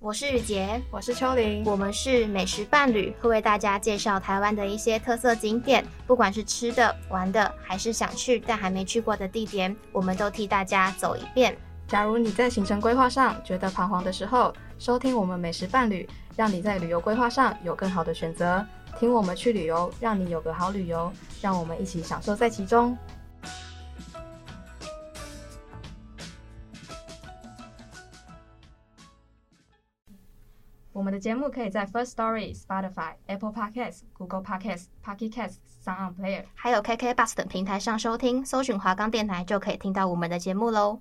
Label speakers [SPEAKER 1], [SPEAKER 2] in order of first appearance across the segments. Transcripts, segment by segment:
[SPEAKER 1] 我是雨杰，
[SPEAKER 2] 我是秋玲，
[SPEAKER 1] 我们是美食伴侣，会为大家介绍台湾的一些特色景点，不管是吃的、玩的，还是想去但还没去过的地点，我们都替大家走一遍。
[SPEAKER 2] 假如你在行程规划上觉得彷徨的时候，收听我们美食伴侣，让你在旅游规划上有更好的选择。听我们去旅游，让你有个好旅游，让我们一起享受在其中。我们的节目可以在 First Story、Spotify、Apple Podcasts、Google Podcasts、Pocket Casts、Sound On Player。
[SPEAKER 1] 还有 KK Bus 等平台上收听，搜寻华冈电台就可以听到我们的节目喽。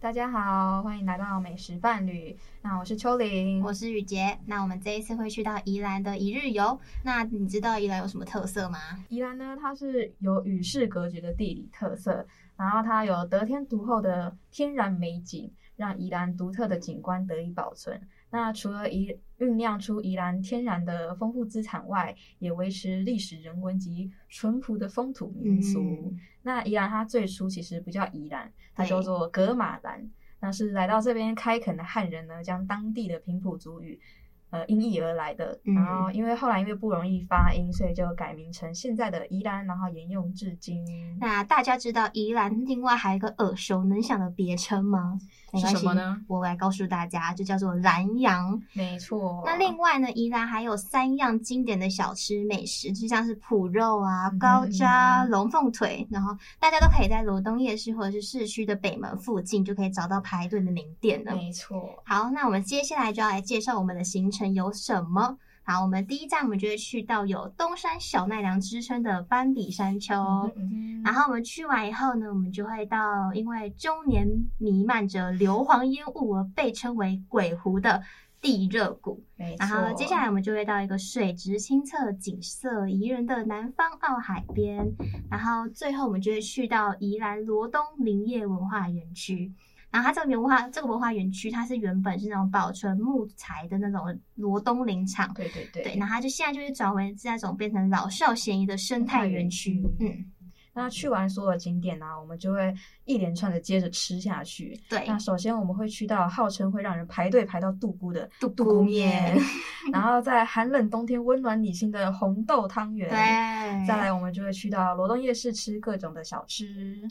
[SPEAKER 2] 大家好，欢迎来到美食伴侣。那我是秋玲，
[SPEAKER 1] 我是雨杰，那我们这一次会去到宜兰的一日游。那你知道宜兰有什么特色吗？
[SPEAKER 2] 宜兰呢，它是有与世隔绝的地理特色，然后它有得天独厚的天然美景，让宜兰独特的景观得以保存。那除了宜酝酿出宜兰天然的丰富资产外，也维持历史人文及淳朴的风土民俗。
[SPEAKER 1] 嗯
[SPEAKER 2] 那宜兰它最初其实不叫宜兰，它
[SPEAKER 1] 对
[SPEAKER 2] 叫做格马兰。那是来到这边开垦的汉人呢，将当地的平埔族语，呃，音译而来的。
[SPEAKER 1] 嗯
[SPEAKER 2] 然后因为后来因为不容易发音，所以就改名成现在的宜兰，然后沿用至今。
[SPEAKER 1] 那大家知道宜兰另外还有一个耳熟能详的别称吗？没关
[SPEAKER 2] 是
[SPEAKER 1] 系
[SPEAKER 2] 什么呢？
[SPEAKER 1] 我来告诉大家，就叫做南洋。
[SPEAKER 2] 没错。
[SPEAKER 1] 那另外呢，宜兰还有三样经典的小吃美食，就像是脯肉啊、
[SPEAKER 2] 嗯
[SPEAKER 1] 高渣、龙凤腿，然后大家都可以在罗东夜市或者是市区的北门附近就可以找到排队的名店了。
[SPEAKER 2] 没错，
[SPEAKER 1] 好，那我们接下来就要来介绍我们的行程有什么。好，我们第一站我们就会去到有东山小奈良之称的斑比山丘。
[SPEAKER 2] 嗯哼
[SPEAKER 1] 哦然后我们去完以后呢，我们就会到因为终年弥漫着硫磺烟雾而被称为鬼湖的地热谷。
[SPEAKER 2] 没错。
[SPEAKER 1] 然后接下来我们就会到一个水质清澈、景色宜人的南方澳海边，然后最后我们就会去到宜兰罗东林业文化园区。然后它这个文化这个文化园区，它是原本是那种保存木材的那种罗东林场，
[SPEAKER 2] 对对对
[SPEAKER 1] 对，然后它就现在就是转为是那种变成老少咸宜的生态园区，嗯，
[SPEAKER 2] 那去完所有景点呢、我们就会一连串的接着吃下去。
[SPEAKER 1] 对，
[SPEAKER 2] 那首先我们会去到号称会让人排队排到肚咕的
[SPEAKER 1] 独
[SPEAKER 2] 肚咕面， 然后在寒冷冬天温暖你心的红豆汤圆。
[SPEAKER 1] 对，哎
[SPEAKER 2] 再来，我们就会去到罗东夜市吃各种的小吃。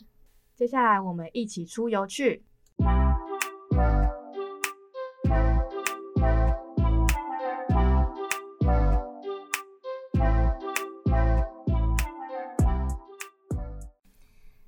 [SPEAKER 2] 接下来，我们一起出游去。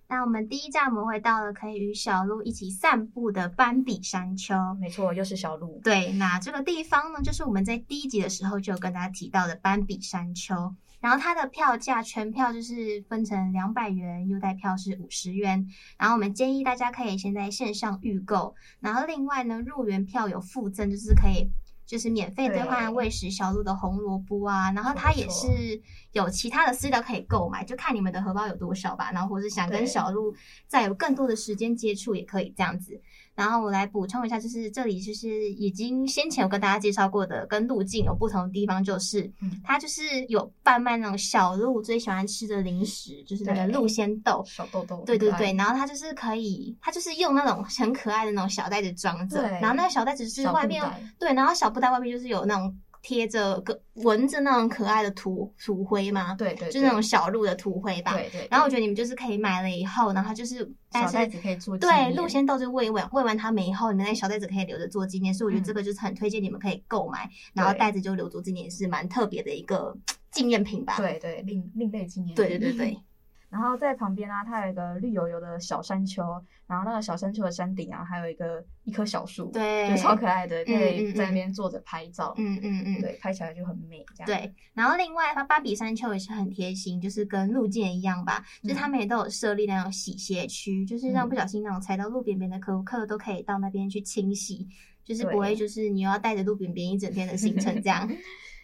[SPEAKER 1] 那我们第一站我们会到了可以与小鹿一起散步的斑比山丘。
[SPEAKER 2] 没错，又是小鹿。
[SPEAKER 1] 对，那这个地方呢，就是我们在第一集的时候就有跟大家提到的斑比山丘。然后它的票价全票就是分成两百元，优待票是五十元。然后我们建议大家可以先在线上预购，然后另外呢，入园票有附赠，就是可以就是免费兑换
[SPEAKER 2] 对
[SPEAKER 1] 喂食小鹿的红萝卜啊。然后它也
[SPEAKER 2] 没错
[SPEAKER 1] 是有其他的饲料可以购买，就看你们的荷包有多少吧。然后或是想跟
[SPEAKER 2] 对
[SPEAKER 1] 小鹿再有更多的时间接触，也可以这样子。然后我来补充一下，就是这里就是已经先前有跟大家介绍过的，跟路径有不同的地方，就是、
[SPEAKER 2] 嗯
[SPEAKER 1] 它就是有贩卖那种小鹿最喜欢吃的零食，就是那个
[SPEAKER 2] 对
[SPEAKER 1] 鹿仙豆。
[SPEAKER 2] 小豆豆。
[SPEAKER 1] 对对
[SPEAKER 2] 很可
[SPEAKER 1] 对，
[SPEAKER 2] 爱。
[SPEAKER 1] 然后它就是可以，它就是用那种很可爱的那种小袋子装着，
[SPEAKER 2] 对
[SPEAKER 1] 然后那个小袋子是
[SPEAKER 2] 小
[SPEAKER 1] 外
[SPEAKER 2] 布
[SPEAKER 1] 面
[SPEAKER 2] 袋
[SPEAKER 1] 对，然后小布袋外面就是有那种贴着个纹着那种可爱的图图徽嘛，
[SPEAKER 2] 对对，
[SPEAKER 1] 就是那种小鹿的图徽吧。
[SPEAKER 2] 对对。对
[SPEAKER 1] 然后我觉得你们就是可以买了以后，然后就是但
[SPEAKER 2] 嗯小
[SPEAKER 1] 是
[SPEAKER 2] 袋子可以做纪
[SPEAKER 1] 对，
[SPEAKER 2] 念
[SPEAKER 1] 鹿仙豆就是喂完喂完它们以后，你们那小袋子可以留着做纪念，所以我觉得
[SPEAKER 2] 嗯
[SPEAKER 1] 这个就是很推荐你们可以购买，然后
[SPEAKER 2] 对
[SPEAKER 1] 袋子就留作纪念，是蛮特别的一个纪念品吧。
[SPEAKER 2] 对对另另类纪念。
[SPEAKER 1] 对对对对，
[SPEAKER 2] 然后在旁边啊，它有一个绿油油的小山丘，然后那个小山丘的山顶啊，还有一个一棵小树，
[SPEAKER 1] 对
[SPEAKER 2] 就超可爱的，可
[SPEAKER 1] 嗯嗯
[SPEAKER 2] 以
[SPEAKER 1] 嗯
[SPEAKER 2] 在那边坐着拍照，
[SPEAKER 1] 嗯嗯嗯。
[SPEAKER 2] 对，拍起来就很美，这样。
[SPEAKER 1] 对，然后另外，它芭比山丘也是很贴心，就是跟路见一样吧，就是他们也都有设立那种洗鞋区，就是让
[SPEAKER 2] 嗯
[SPEAKER 1] 不小心那种踩到路边边的可可都可以到那边去清洗，就是不会
[SPEAKER 2] 对
[SPEAKER 1] 就是你又要带着路饼饼一整天的行程这样。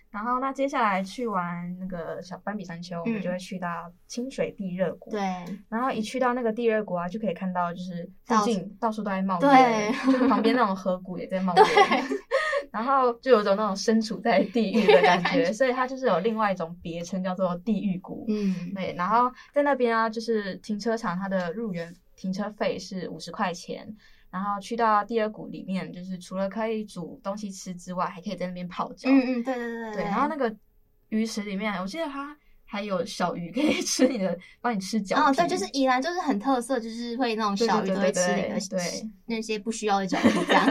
[SPEAKER 2] 然后那接下来去完那个小斑比山丘，我们就
[SPEAKER 1] 嗯
[SPEAKER 2] 会去到清水地热谷。
[SPEAKER 1] 对，
[SPEAKER 2] 然后一去到那个地热谷啊，就可以看到就是附
[SPEAKER 1] 到
[SPEAKER 2] 近到处都在冒
[SPEAKER 1] 对
[SPEAKER 2] 烟，就是旁 边那种河谷也在冒烟， 然后就有种那种身处在地狱的感 觉，所以它就是有另外一种别称叫做地狱谷。
[SPEAKER 1] 嗯，
[SPEAKER 2] 对，然后在那边啊，就是停车场它的入园停车费是五十块钱。然后去到第二谷里面，就是除了可以煮东西吃之外，还可以在那边泡脚。
[SPEAKER 1] 嗯嗯，对对对
[SPEAKER 2] 对，然后那个鱼池里面，我记得它还有小鱼可以 吃你的，帮你吃脚
[SPEAKER 1] 哦，对，
[SPEAKER 2] 皮
[SPEAKER 1] 就是宜兰就是很特色，就是会那种
[SPEAKER 2] 对
[SPEAKER 1] 小鱼
[SPEAKER 2] 对
[SPEAKER 1] 都
[SPEAKER 2] 对
[SPEAKER 1] 会吃你的
[SPEAKER 2] 对对
[SPEAKER 1] 那些不需要的角度这 样。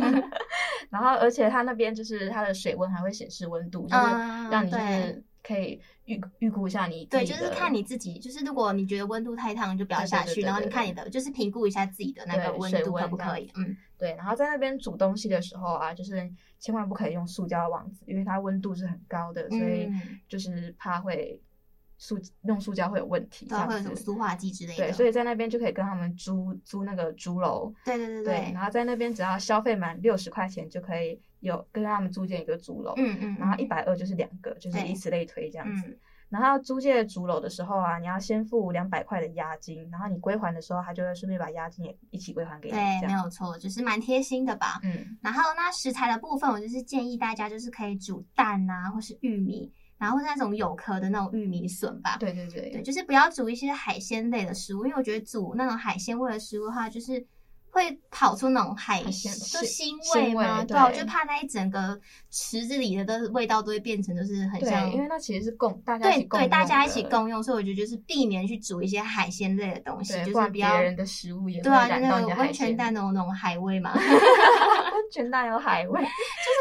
[SPEAKER 2] 然后，而且它那边就是它的水温还会显示温度，就是
[SPEAKER 1] 嗯
[SPEAKER 2] 让你就
[SPEAKER 1] 对
[SPEAKER 2] 是可以预预估一下你
[SPEAKER 1] 对，
[SPEAKER 2] 自
[SPEAKER 1] 就
[SPEAKER 2] 己
[SPEAKER 1] 是
[SPEAKER 2] 的
[SPEAKER 1] 看你自己，就是如果你觉得温度太烫，就不要
[SPEAKER 2] 对对
[SPEAKER 1] 下
[SPEAKER 2] 对
[SPEAKER 1] 去。
[SPEAKER 2] 对
[SPEAKER 1] 然后
[SPEAKER 2] 对
[SPEAKER 1] 你
[SPEAKER 2] 对
[SPEAKER 1] 看你的，就是评估一下自己的那
[SPEAKER 2] 对
[SPEAKER 1] 个温
[SPEAKER 2] 水
[SPEAKER 1] 度可
[SPEAKER 2] 温
[SPEAKER 1] 不
[SPEAKER 2] 这样
[SPEAKER 1] 可以
[SPEAKER 2] 子。
[SPEAKER 1] 嗯，
[SPEAKER 2] 对。然后在那边煮东西的时候啊，就是千万不可以用塑胶网子，因为它温度是很高的，所以
[SPEAKER 1] 嗯
[SPEAKER 2] 就是怕会塑用塑胶会有问题，这
[SPEAKER 1] 对啊，
[SPEAKER 2] 样
[SPEAKER 1] 会有什么
[SPEAKER 2] 子。
[SPEAKER 1] 塑化剂之类的。
[SPEAKER 2] 对，所以在那边就可以跟他们租租那个猪楼，
[SPEAKER 1] 对对对
[SPEAKER 2] 对，
[SPEAKER 1] 对
[SPEAKER 2] 然，后在那边只要消费满六十块钱就可以有跟他们租借一个竹楼，
[SPEAKER 1] 嗯嗯，
[SPEAKER 2] 然后
[SPEAKER 1] 嗯
[SPEAKER 2] 一百二就是两个，就是
[SPEAKER 1] 对
[SPEAKER 2] 以此类推这样子。
[SPEAKER 1] 嗯
[SPEAKER 2] 然后租借竹楼的时候啊，你要先付两百块的押金，然后你归还的时候，他就会顺便把押金也一起归还给你，
[SPEAKER 1] 对，
[SPEAKER 2] 这
[SPEAKER 1] 没
[SPEAKER 2] 样。
[SPEAKER 1] 有错，就是蛮贴心的吧。
[SPEAKER 2] 嗯，
[SPEAKER 1] 然后那食材的部分，我就是建议大家就是可以煮蛋啊，或是玉米，然后或是那种有壳的那种玉米笋吧。
[SPEAKER 2] 对对对
[SPEAKER 1] 对，就是不要煮一些海鲜类的食物，因为我觉得煮那种海鲜味的食物的话，就是会跑出那种海
[SPEAKER 2] 海鲜
[SPEAKER 1] 就腥
[SPEAKER 2] 腥
[SPEAKER 1] 味
[SPEAKER 2] 腥
[SPEAKER 1] 嘛。
[SPEAKER 2] 味
[SPEAKER 1] 对啊，我
[SPEAKER 2] 对
[SPEAKER 1] 就怕那一整个池子里的都味道都会变成就是很像
[SPEAKER 2] 对，，因为那其实是共大家一
[SPEAKER 1] 对
[SPEAKER 2] 起共
[SPEAKER 1] 对大家一
[SPEAKER 2] 用
[SPEAKER 1] 起
[SPEAKER 2] 的
[SPEAKER 1] 共用，所以我觉得就是避免去煮一些海鲜类的东西，
[SPEAKER 2] 对，
[SPEAKER 1] 就
[SPEAKER 2] 不
[SPEAKER 1] 是
[SPEAKER 2] 然
[SPEAKER 1] 不
[SPEAKER 2] 别
[SPEAKER 1] 要
[SPEAKER 2] 人的食物也
[SPEAKER 1] 对
[SPEAKER 2] 会
[SPEAKER 1] 啊，就
[SPEAKER 2] 染到你
[SPEAKER 1] 那
[SPEAKER 2] 的
[SPEAKER 1] 个
[SPEAKER 2] 海
[SPEAKER 1] 温泉
[SPEAKER 2] 鲜。
[SPEAKER 1] 蛋的那种海味嘛。
[SPEAKER 2] 温泉蛋有海味，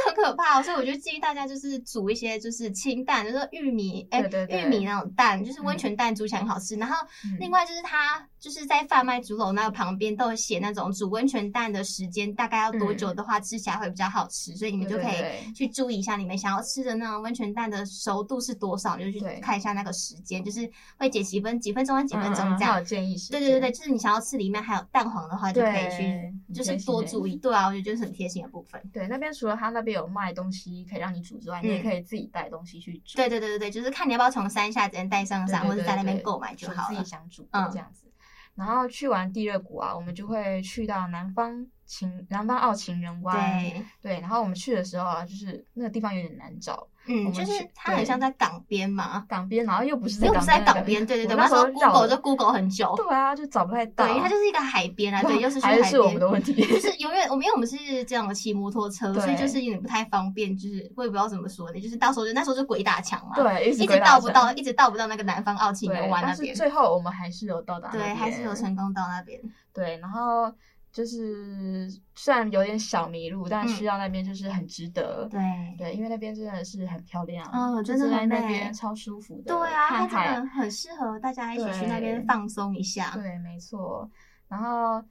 [SPEAKER 1] 很可怕、哦，所以我就建议大家就是煮一些就是清淡，就是玉米，哎、
[SPEAKER 2] 对对对嗯
[SPEAKER 1] 玉米那种蛋，就是温泉蛋煮起来很好吃。然后另外就是它就是在贩卖竹篓那个旁边都有写那种煮温泉蛋的时间大概要多久的话，吃起来会比较好吃，所以你们就
[SPEAKER 2] 嗯对
[SPEAKER 1] 可
[SPEAKER 2] 对
[SPEAKER 1] 以
[SPEAKER 2] 对
[SPEAKER 1] 去注意一下你们想要吃的那种温泉蛋的熟度是多少，你就去
[SPEAKER 2] 对
[SPEAKER 1] 看一下那个时间，就是会解几分几分钟跟几
[SPEAKER 2] 嗯
[SPEAKER 1] 分
[SPEAKER 2] 嗯
[SPEAKER 1] 钟
[SPEAKER 2] 嗯
[SPEAKER 1] 这样。
[SPEAKER 2] 还有建议时
[SPEAKER 1] 对对对对，
[SPEAKER 2] 间
[SPEAKER 1] 就是你想要吃里面还有蛋黄的话，就可以去
[SPEAKER 2] 对很
[SPEAKER 1] 就是
[SPEAKER 2] 贴心
[SPEAKER 1] 多
[SPEAKER 2] 欸
[SPEAKER 1] 注意。对啊，我觉得就是很贴心的部分。
[SPEAKER 2] 对，那边除了他那边有卖东西可以让你煮之
[SPEAKER 1] 嗯
[SPEAKER 2] 外，你也可以自己带东西去煮。
[SPEAKER 1] 对对对对对，就是看你要不要从山下直接带上
[SPEAKER 2] 对
[SPEAKER 1] 山，
[SPEAKER 2] 对
[SPEAKER 1] 或者
[SPEAKER 2] 对
[SPEAKER 1] 在那边
[SPEAKER 2] 对
[SPEAKER 1] 购买就
[SPEAKER 2] 煮
[SPEAKER 1] 好
[SPEAKER 2] 自己
[SPEAKER 1] 了。
[SPEAKER 2] 想煮
[SPEAKER 1] 嗯
[SPEAKER 2] 的这样子。然后去完地热谷啊，我们就会去到南方情南方澳情人湾。
[SPEAKER 1] 对，
[SPEAKER 2] 对然后我们去的时候啊，就是那个地方有点难找，我
[SPEAKER 1] 嗯，
[SPEAKER 2] 们
[SPEAKER 1] 就是
[SPEAKER 2] 去
[SPEAKER 1] 它很像
[SPEAKER 2] 对
[SPEAKER 1] 在港边嘛，
[SPEAKER 2] 港边，然后又不是在
[SPEAKER 1] 又不
[SPEAKER 2] 港
[SPEAKER 1] 是在
[SPEAKER 2] 边的
[SPEAKER 1] 港
[SPEAKER 2] 感
[SPEAKER 1] 边，
[SPEAKER 2] 觉
[SPEAKER 1] 对对对，
[SPEAKER 2] 我
[SPEAKER 1] 我那时候
[SPEAKER 2] 绕
[SPEAKER 1] Google
[SPEAKER 2] 了
[SPEAKER 1] 就 Google 很久，
[SPEAKER 2] 对啊，就找不太到。
[SPEAKER 1] 对，因为它就是一个海边 啊，对，又是去
[SPEAKER 2] 还
[SPEAKER 1] 海
[SPEAKER 2] 是是我们
[SPEAKER 1] 边
[SPEAKER 2] 的。问 题。
[SPEAKER 1] 就是永远，我们因为我们是这种骑摩托车，所以就
[SPEAKER 2] 对
[SPEAKER 1] 是有点不太方便，就是我也不知道怎么说呢，就是到时候就那时候就鬼打墙嘛，，
[SPEAKER 2] 对，一
[SPEAKER 1] 一
[SPEAKER 2] 鬼
[SPEAKER 1] 直
[SPEAKER 2] 打
[SPEAKER 1] 到不
[SPEAKER 2] 墙
[SPEAKER 1] 到，一直到不到那个南方澳青
[SPEAKER 2] 对
[SPEAKER 1] 牛湾那
[SPEAKER 2] 但是
[SPEAKER 1] 边，
[SPEAKER 2] 最后我们还是有到达那
[SPEAKER 1] 对，还是有
[SPEAKER 2] 边
[SPEAKER 1] 成功到那边，
[SPEAKER 2] 对，然后就是虽然有点小迷路，但
[SPEAKER 1] 嗯
[SPEAKER 2] 去到那边就是很值得。
[SPEAKER 1] 对，
[SPEAKER 2] 对，因为那边真的是很漂亮，
[SPEAKER 1] 哦
[SPEAKER 2] 嗯就
[SPEAKER 1] 真的
[SPEAKER 2] 是在
[SPEAKER 1] 很
[SPEAKER 2] 那
[SPEAKER 1] 美
[SPEAKER 2] 边超舒服的，
[SPEAKER 1] 对啊，它
[SPEAKER 2] 看
[SPEAKER 1] 真的
[SPEAKER 2] 海，
[SPEAKER 1] 很适合大家一起去那边
[SPEAKER 2] 对
[SPEAKER 1] 放松一下，
[SPEAKER 2] 对，没错。然后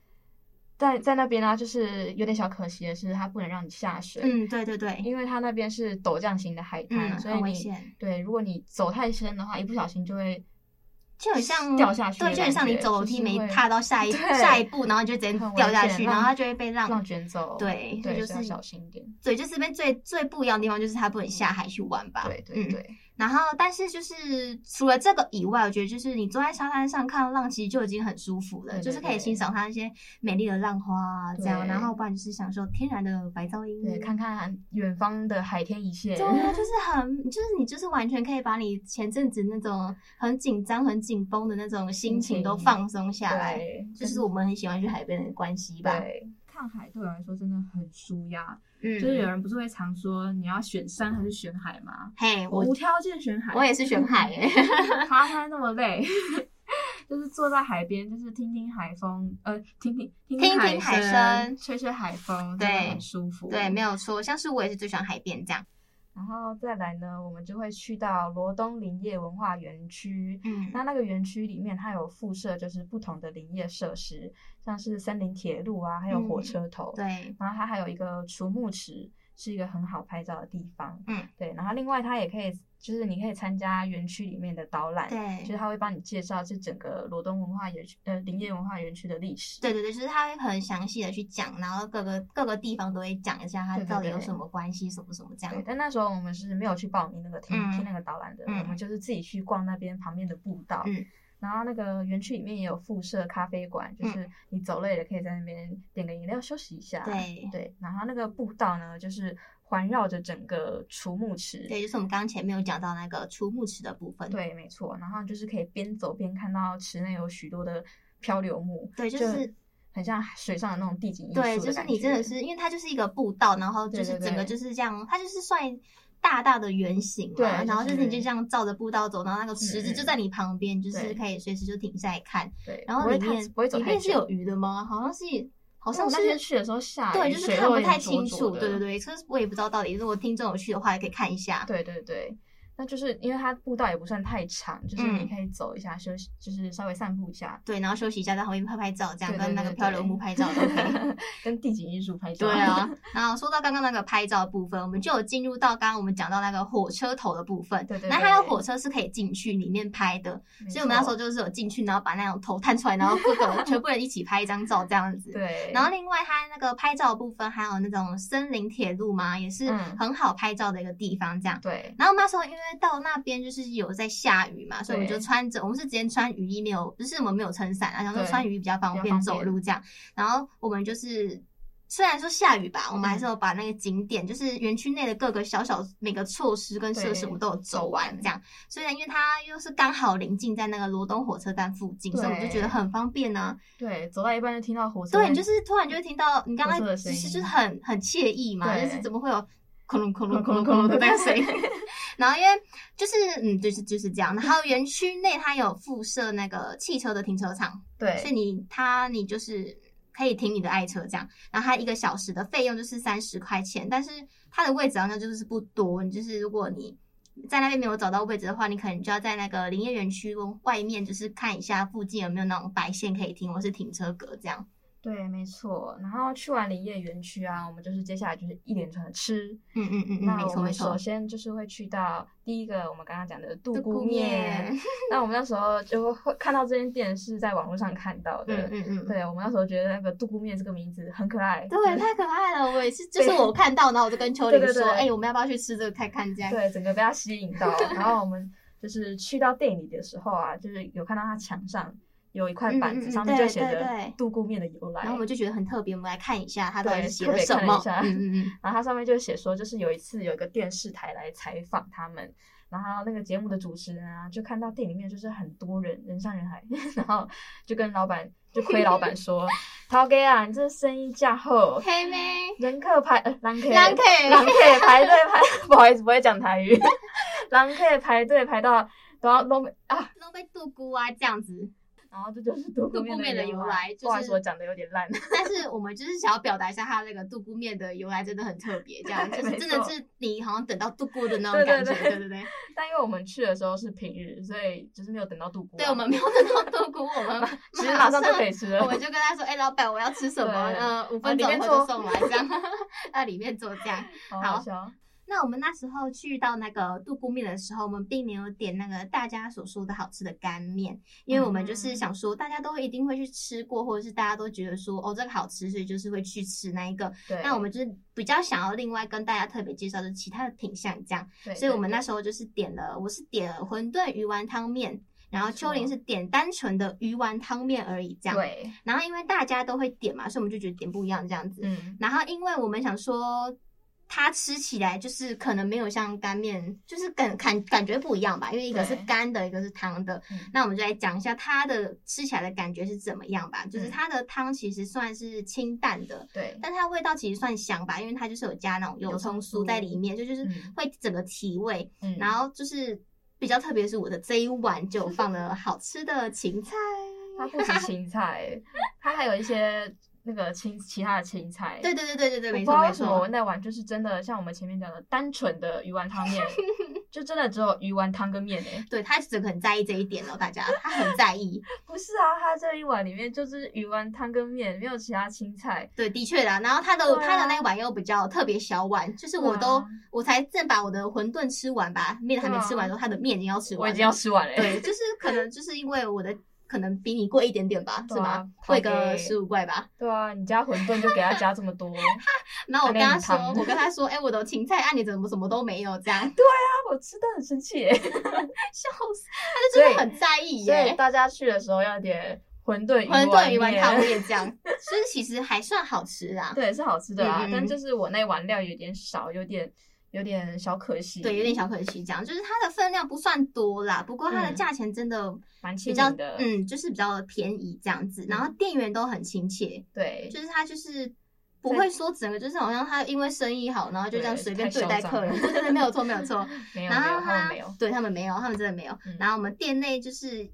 [SPEAKER 2] 在在那边呢、就是有点小可惜的是，它不能让你下水，
[SPEAKER 1] 嗯，对对对，
[SPEAKER 2] 因为它那边是陡降型的海滩，
[SPEAKER 1] 嗯
[SPEAKER 2] 所以
[SPEAKER 1] 很危
[SPEAKER 2] 你
[SPEAKER 1] 险
[SPEAKER 2] 对，如果你走太深的话，一不小心就会
[SPEAKER 1] 就很像
[SPEAKER 2] 掉下去的
[SPEAKER 1] 对，
[SPEAKER 2] 感觉，
[SPEAKER 1] 就很像你走楼
[SPEAKER 2] 就
[SPEAKER 1] 梯
[SPEAKER 2] 是
[SPEAKER 1] 没
[SPEAKER 2] 会
[SPEAKER 1] 踏到下一
[SPEAKER 2] 对
[SPEAKER 1] 下一步，然后你就直接
[SPEAKER 2] 很危
[SPEAKER 1] 掉下
[SPEAKER 2] 险
[SPEAKER 1] 去，
[SPEAKER 2] 浪
[SPEAKER 1] 然后它就会被浪
[SPEAKER 2] 浪卷走，
[SPEAKER 1] 对所以
[SPEAKER 2] 对，
[SPEAKER 1] 就
[SPEAKER 2] 所以要
[SPEAKER 1] 是
[SPEAKER 2] 小心一点，
[SPEAKER 1] 对，就这边最最不一样的地方就是它不能下海去玩吧，
[SPEAKER 2] 对对
[SPEAKER 1] 嗯
[SPEAKER 2] 对。
[SPEAKER 1] 然后，但是就是除了这个以外，我觉得就是你坐在沙滩上看浪，其实就已经很舒服了，
[SPEAKER 2] 对对
[SPEAKER 1] 就是可以
[SPEAKER 2] 对
[SPEAKER 1] 欣赏它那些美丽的浪花啊，这样，
[SPEAKER 2] 对
[SPEAKER 1] 然后不然就是享受天然的白噪音，
[SPEAKER 2] 对，看看远方的海天一线。
[SPEAKER 1] 对啊，就是很，就是你就是完全可以把你前阵子那种很紧张、很紧绷的那种心情都放松下来，
[SPEAKER 2] 对，
[SPEAKER 1] 这就是我们很喜欢去海边的关系吧。
[SPEAKER 2] 对看海对我来说真的很舒压，
[SPEAKER 1] 嗯，
[SPEAKER 2] 就是有人不是会常说你要选山还是选海吗？
[SPEAKER 1] 嘿，
[SPEAKER 2] 我
[SPEAKER 1] 我
[SPEAKER 2] 无条件选海，
[SPEAKER 1] 我也是选 海耶，
[SPEAKER 2] 爬山那么累，就是坐在海边，就是听听海风，呃，听听听
[SPEAKER 1] 听
[SPEAKER 2] 海
[SPEAKER 1] 听海声
[SPEAKER 2] 吹吹海风，
[SPEAKER 1] 对
[SPEAKER 2] 真的很舒服。
[SPEAKER 1] 对，没有错，像是我也是最喜欢海边这样。
[SPEAKER 2] 然后再来呢，我们就会去到罗东林业文化园区。
[SPEAKER 1] 嗯，
[SPEAKER 2] 那那个园区里面，它有附设就是不同的林业设施，像是森林铁路啊，还有火
[SPEAKER 1] 嗯
[SPEAKER 2] 车头。
[SPEAKER 1] 对，
[SPEAKER 2] 然后它还有一个除木池，是一个很好拍照的地方。
[SPEAKER 1] 嗯，
[SPEAKER 2] 对。然后另外它也可以，就是你可以参加园区里面的导览，
[SPEAKER 1] 对
[SPEAKER 2] 就是他会帮你介绍这整个罗东文化园区呃林业文化园区的历史。
[SPEAKER 1] 对对对，就是他会很详细的去讲，然后各个各个地方都会讲一下它
[SPEAKER 2] 对对
[SPEAKER 1] 到底有
[SPEAKER 2] 对
[SPEAKER 1] 什么关系，什么什么这样
[SPEAKER 2] 对，。但那时候我们是没有去报名那个听、
[SPEAKER 1] 嗯
[SPEAKER 2] 听那个导览的，
[SPEAKER 1] 嗯
[SPEAKER 2] 我们就是自己去逛那边旁边的步道。
[SPEAKER 1] 嗯
[SPEAKER 2] 然后那个园区里面也有附设咖啡馆，就是你走累了可以在那边点个饮料休息一下。
[SPEAKER 1] 对
[SPEAKER 2] 对，然后那个步道呢，就是环绕着整个楚木池。
[SPEAKER 1] 对，就是我们刚刚前面有讲到那个出木池的部分。
[SPEAKER 2] 对，没错。然后就是可以边走边看到池内有许多的漂流木，
[SPEAKER 1] 对就
[SPEAKER 2] 就是很像水上的那种地景艺术
[SPEAKER 1] 对，
[SPEAKER 2] 的
[SPEAKER 1] 就是
[SPEAKER 2] 感
[SPEAKER 1] 你真的
[SPEAKER 2] 觉
[SPEAKER 1] 是，因为它就是一个步道，然后就
[SPEAKER 2] 对
[SPEAKER 1] 是
[SPEAKER 2] 对
[SPEAKER 1] 整个
[SPEAKER 2] 对
[SPEAKER 1] 就是这样，它就是算大大的圆形嘛，
[SPEAKER 2] 对
[SPEAKER 1] 然后就是
[SPEAKER 2] 就是
[SPEAKER 1] 你就这样照着步道走，然后那个池子
[SPEAKER 2] 嗯
[SPEAKER 1] 就在你旁边，就是
[SPEAKER 2] 对
[SPEAKER 1] 可以随时就停下来看。
[SPEAKER 2] 对，
[SPEAKER 1] 然后
[SPEAKER 2] 不会
[SPEAKER 1] 里
[SPEAKER 2] 太
[SPEAKER 1] 面
[SPEAKER 2] 不会走
[SPEAKER 1] 里
[SPEAKER 2] 太
[SPEAKER 1] 面是
[SPEAKER 2] 久
[SPEAKER 1] 有鱼的吗？好像是，好
[SPEAKER 2] 因为
[SPEAKER 1] 像
[SPEAKER 2] 我
[SPEAKER 1] 是
[SPEAKER 2] 那天去的时候下
[SPEAKER 1] 对，
[SPEAKER 2] 雨
[SPEAKER 1] 就是
[SPEAKER 2] 水
[SPEAKER 1] 看
[SPEAKER 2] 都
[SPEAKER 1] 不
[SPEAKER 2] 有点
[SPEAKER 1] 太
[SPEAKER 2] 浊
[SPEAKER 1] 清
[SPEAKER 2] 浊
[SPEAKER 1] 楚，
[SPEAKER 2] 的
[SPEAKER 1] 对对对，可是我也不知道到底，如果听众有去的话，也可以看一下。
[SPEAKER 2] 对对对，那就是因为它步道也不算太长，就是
[SPEAKER 1] 嗯
[SPEAKER 2] 你可以走一下，休息，就是稍微散步一下，
[SPEAKER 1] 对，然后休息一下，在旁边拍拍照，这样
[SPEAKER 2] 对
[SPEAKER 1] 跟
[SPEAKER 2] 对
[SPEAKER 1] 那个
[SPEAKER 2] 对
[SPEAKER 1] 漂
[SPEAKER 2] 对
[SPEAKER 1] 流木拍 照都可以。
[SPEAKER 2] 跟地景艺 术拍照。
[SPEAKER 1] 对啊，然后说到刚刚那个拍照部分，我们就有进入到刚刚我们讲到那个火车头的部分。
[SPEAKER 2] 对对
[SPEAKER 1] 那它的
[SPEAKER 2] 对
[SPEAKER 1] 火车是可以进去里面拍的，
[SPEAKER 2] 没
[SPEAKER 1] 所以我们那时候
[SPEAKER 2] 错
[SPEAKER 1] 就是有进去，然后把那种头探出来，然后各 个全部人一起拍一张照这样子。。
[SPEAKER 2] 对，
[SPEAKER 1] 然后另外它那个拍照的部分，还有那种森林铁路嘛，也是
[SPEAKER 2] 嗯
[SPEAKER 1] 很好拍照的一个地方这样。
[SPEAKER 2] 对
[SPEAKER 1] 然后我们那时候因为到那边就是有在下雨嘛，所以我们就
[SPEAKER 2] 对
[SPEAKER 1] 穿着，我们是直接穿雨衣，没有，不是我们没有撑伞啊，然后
[SPEAKER 2] 对
[SPEAKER 1] 穿雨衣比较方
[SPEAKER 2] 比较
[SPEAKER 1] 便
[SPEAKER 2] 方
[SPEAKER 1] 走
[SPEAKER 2] 便
[SPEAKER 1] 路这样。然后我们就是虽然说下雨吧，我们还是
[SPEAKER 2] 嗯
[SPEAKER 1] 有把那个景点，就是园区内的各个小小每个措施跟设施，
[SPEAKER 2] 对
[SPEAKER 1] 我们都有走
[SPEAKER 2] 走
[SPEAKER 1] 完
[SPEAKER 2] 完
[SPEAKER 1] 这样。虽然因为它又是刚好临近在那个罗东火车站附近，所以我们就觉得
[SPEAKER 2] 对
[SPEAKER 1] 很方便呢、啊
[SPEAKER 2] 对，走到一半就听到火车在，
[SPEAKER 1] 对你就是突然就会听到你刚
[SPEAKER 2] 火车
[SPEAKER 1] 刚
[SPEAKER 2] 的
[SPEAKER 1] 其
[SPEAKER 2] 声音
[SPEAKER 1] 实就是很很惬意嘛，
[SPEAKER 2] 对
[SPEAKER 1] 就是怎么会有恐龙恐龙恐龙恐龙的那个声音？ 然后因为就是嗯就是就是这样，然后园区内它有附设那个汽车的停车场，所以
[SPEAKER 2] 对
[SPEAKER 1] 你它你就是可以停你的爱车这样，然后它一个小时的费用就是三十块钱，但是它的位置好像就是不多，你就是如果你。在那边没有找到位置的话，你可能就要在那个林业园区外面，就是看一下附近有没有那种白线可以停，或是停车格这样。
[SPEAKER 2] 对，没错。然后去完林业园区啊，我们就是接下来就是一连串的吃。
[SPEAKER 1] 嗯嗯嗯嗯，
[SPEAKER 2] 那
[SPEAKER 1] 没
[SPEAKER 2] 我
[SPEAKER 1] 错没
[SPEAKER 2] 们
[SPEAKER 1] 错
[SPEAKER 2] 首。先就是会去到第一个我们刚刚讲的
[SPEAKER 1] 独
[SPEAKER 2] 杜
[SPEAKER 1] 孤
[SPEAKER 2] 姑面
[SPEAKER 1] 面。
[SPEAKER 2] 那我们那时候就会看到这间店是在网络上看到的，
[SPEAKER 1] 嗯嗯嗯，
[SPEAKER 2] 对我们那时候觉得那个杜姑面这个名字很可爱，
[SPEAKER 1] 对，
[SPEAKER 2] 就是
[SPEAKER 1] 太可爱了！我也是，就是我看到，然后我就跟秋
[SPEAKER 2] 嗯对
[SPEAKER 1] 玲
[SPEAKER 2] 对
[SPEAKER 1] 说：“
[SPEAKER 2] 对
[SPEAKER 1] 哎，我们要不要去吃这个看看？”这样。
[SPEAKER 2] 对，整个被它吸引到。然后我们就是去到店里的时候啊，就是有看到它墙上有一块板
[SPEAKER 1] 嗯嗯嗯
[SPEAKER 2] 子，上面
[SPEAKER 1] 对
[SPEAKER 2] 就写
[SPEAKER 1] 对
[SPEAKER 2] 着
[SPEAKER 1] 对
[SPEAKER 2] “杜姑面的由来
[SPEAKER 1] 然后我”们。就觉得很特别，我们来看一下它到底
[SPEAKER 2] 对
[SPEAKER 1] 写
[SPEAKER 2] 特
[SPEAKER 1] 了
[SPEAKER 2] 别
[SPEAKER 1] 什
[SPEAKER 2] 看了
[SPEAKER 1] 么
[SPEAKER 2] 一。下
[SPEAKER 1] 嗯嗯嗯，
[SPEAKER 2] 然后它上面就写说，就是有一次有一个电视台来采访他们，然后那个节目的主持人啊，就看到店里面就是很多人，人山人海， 然后就跟老板就亏老 板说：“陶哥啊，你这生意架厚，
[SPEAKER 1] 黑妹，
[SPEAKER 2] 人客排呃，人客
[SPEAKER 1] 狼 K，
[SPEAKER 2] 狼 K 排队排， 不好意思，不会讲台 语。狼 K 排队排到，然后都没啊，
[SPEAKER 1] 都被杜姑啊这样子。
[SPEAKER 2] 然后这就是独
[SPEAKER 1] 独孤
[SPEAKER 2] 孤
[SPEAKER 1] 面
[SPEAKER 2] 面
[SPEAKER 1] 的
[SPEAKER 2] 的
[SPEAKER 1] 由
[SPEAKER 2] 由
[SPEAKER 1] 来
[SPEAKER 2] 来。
[SPEAKER 1] 就是
[SPEAKER 2] 不好意思，我讲的有点烂。
[SPEAKER 1] 但是我们就是想要表达一下它那个杜姑面的由来，真的很特别，这样就是
[SPEAKER 2] 没
[SPEAKER 1] 真的
[SPEAKER 2] 错
[SPEAKER 1] 是你好像等到杜姑的那种
[SPEAKER 2] 对对
[SPEAKER 1] 感觉。
[SPEAKER 2] 对
[SPEAKER 1] 对对对，
[SPEAKER 2] 但因为我们去的时候是平日，所以就是没有等到独孤啊。
[SPEAKER 1] 对我们没有等到杜姑，我们
[SPEAKER 2] 其实马上就
[SPEAKER 1] 以。
[SPEAKER 2] 可以吃
[SPEAKER 1] 我
[SPEAKER 2] 了
[SPEAKER 1] 们。就跟他说：“哎、老板，我要吃什么？
[SPEAKER 2] 对哦
[SPEAKER 1] 嗯，五分
[SPEAKER 2] 里
[SPEAKER 1] 钟以
[SPEAKER 2] 面
[SPEAKER 1] 后就
[SPEAKER 2] 坐
[SPEAKER 1] 送来，这样那里面做这样。
[SPEAKER 2] 好
[SPEAKER 1] 好
[SPEAKER 2] 好笑。啊
[SPEAKER 1] 那我们那时候去到那个杜姑面的时候，我们并没有点那个大家所说的好吃的干面，因为我们就是
[SPEAKER 2] 嗯
[SPEAKER 1] 想说，大家都一定会去吃过，或者是大家都觉得说，哦，这个好吃，所以就是会去吃那一个。
[SPEAKER 2] 对，
[SPEAKER 1] 那我们就是比较想要另外跟大家特别介绍的其他的品相这样，
[SPEAKER 2] 对，
[SPEAKER 1] 所以我们
[SPEAKER 2] 对
[SPEAKER 1] 那时候就是点了，我是点了馄饨鱼丸汤面，然后
[SPEAKER 2] 没
[SPEAKER 1] 秋玲
[SPEAKER 2] 错
[SPEAKER 1] 是点单纯的鱼丸汤面而已这样。
[SPEAKER 2] 对，
[SPEAKER 1] 然后因为大家都会点嘛，所以我们就觉得点不一样这样子。
[SPEAKER 2] 嗯，
[SPEAKER 1] 然后因为我们想说，它吃起来就是可能没有像干面，就是感感感觉不一样吧，因为一个是
[SPEAKER 2] 对
[SPEAKER 1] 干的，一个是汤的。
[SPEAKER 2] 嗯
[SPEAKER 1] 那我们就来讲一下它的吃起来的感觉是怎么样吧。就是
[SPEAKER 2] 嗯
[SPEAKER 1] 它的汤其实算是清淡的，
[SPEAKER 2] 对，
[SPEAKER 1] 但它味道其实算香吧，因为它就是有加那种油
[SPEAKER 2] 油
[SPEAKER 1] 葱
[SPEAKER 2] 葱
[SPEAKER 1] 酥在
[SPEAKER 2] 酥
[SPEAKER 1] 里面，就就是
[SPEAKER 2] 嗯
[SPEAKER 1] 会整个提味。
[SPEAKER 2] 嗯
[SPEAKER 1] 然后就是比较特别是我的这一碗就放了好吃的芹菜。
[SPEAKER 2] 它不止芹菜，它还有一些那个青其他的青菜。
[SPEAKER 1] 对对对对对对，
[SPEAKER 2] 我不
[SPEAKER 1] 没
[SPEAKER 2] 知
[SPEAKER 1] 错
[SPEAKER 2] 道
[SPEAKER 1] 没
[SPEAKER 2] 为什么
[SPEAKER 1] 错
[SPEAKER 2] 我。那碗就是真的像我们前面讲的单纯的鱼丸汤面，就真的只有鱼丸汤跟面欸诶、
[SPEAKER 1] 对他整个很在意这一点哦，大家他很在意。
[SPEAKER 2] 不是啊，它这一碗里面就是鱼丸汤跟面，没有其他青菜。
[SPEAKER 1] 对，的确啦。然后他的、
[SPEAKER 2] 对啊
[SPEAKER 1] 他的那一碗又比较特别小碗，就是我都、
[SPEAKER 2] 对啊
[SPEAKER 1] 我才正把我的馄饨吃完吧，面还没吃完的时候，他的面已经要吃完了。
[SPEAKER 2] 啊我已经要吃完了、欸
[SPEAKER 1] 对，就是可能就是因为我的可能比你贵一点点吧，
[SPEAKER 2] 对
[SPEAKER 1] 是
[SPEAKER 2] 啊
[SPEAKER 1] 吧？贵
[SPEAKER 2] 台
[SPEAKER 1] 个
[SPEAKER 2] 北
[SPEAKER 1] 十五块吧。
[SPEAKER 2] 对啊，你家馄饨就给他加这么 多，啊，
[SPEAKER 1] 然后我跟他说
[SPEAKER 2] 还没你，糖
[SPEAKER 1] 我跟他说，哎、我的芹菜啊，你怎么什么都没有这样？
[SPEAKER 2] 我吃的很生气耶。
[SPEAKER 1] 笑死，他就真
[SPEAKER 2] 所以
[SPEAKER 1] 的很在意
[SPEAKER 2] 所 以
[SPEAKER 1] 耶。
[SPEAKER 2] 大家去的时候要点馄饨鱼
[SPEAKER 1] 馄饨鱼丸
[SPEAKER 2] 丸
[SPEAKER 1] 汤我
[SPEAKER 2] 面。
[SPEAKER 1] 也这样， 所以其实还算好吃啊。
[SPEAKER 2] 对，是好吃的啊，
[SPEAKER 1] 嗯嗯嗯
[SPEAKER 2] 但就是我那碗料有点少，有点有点小可惜。
[SPEAKER 1] 对，有点小可惜，这样就是它的分量不算多啦，不过它的
[SPEAKER 2] 嗯
[SPEAKER 1] 价钱真的
[SPEAKER 2] 蛮亲
[SPEAKER 1] 比较
[SPEAKER 2] 民的。，嗯
[SPEAKER 1] 嗯，就是比较便宜这样子。然后店员都很亲切，
[SPEAKER 2] 对，
[SPEAKER 1] 就是他就是不会说整个就是好像他因为生意好，然后就这样随便对待客人，
[SPEAKER 2] 对
[SPEAKER 1] 对对对，没有错没有错。
[SPEAKER 2] 没有没
[SPEAKER 1] 然
[SPEAKER 2] 有，
[SPEAKER 1] 后
[SPEAKER 2] 他们
[SPEAKER 1] 他
[SPEAKER 2] 没有。
[SPEAKER 1] 对他们没有，他们真的没有
[SPEAKER 2] 嗯。
[SPEAKER 1] 然后我们店内就是。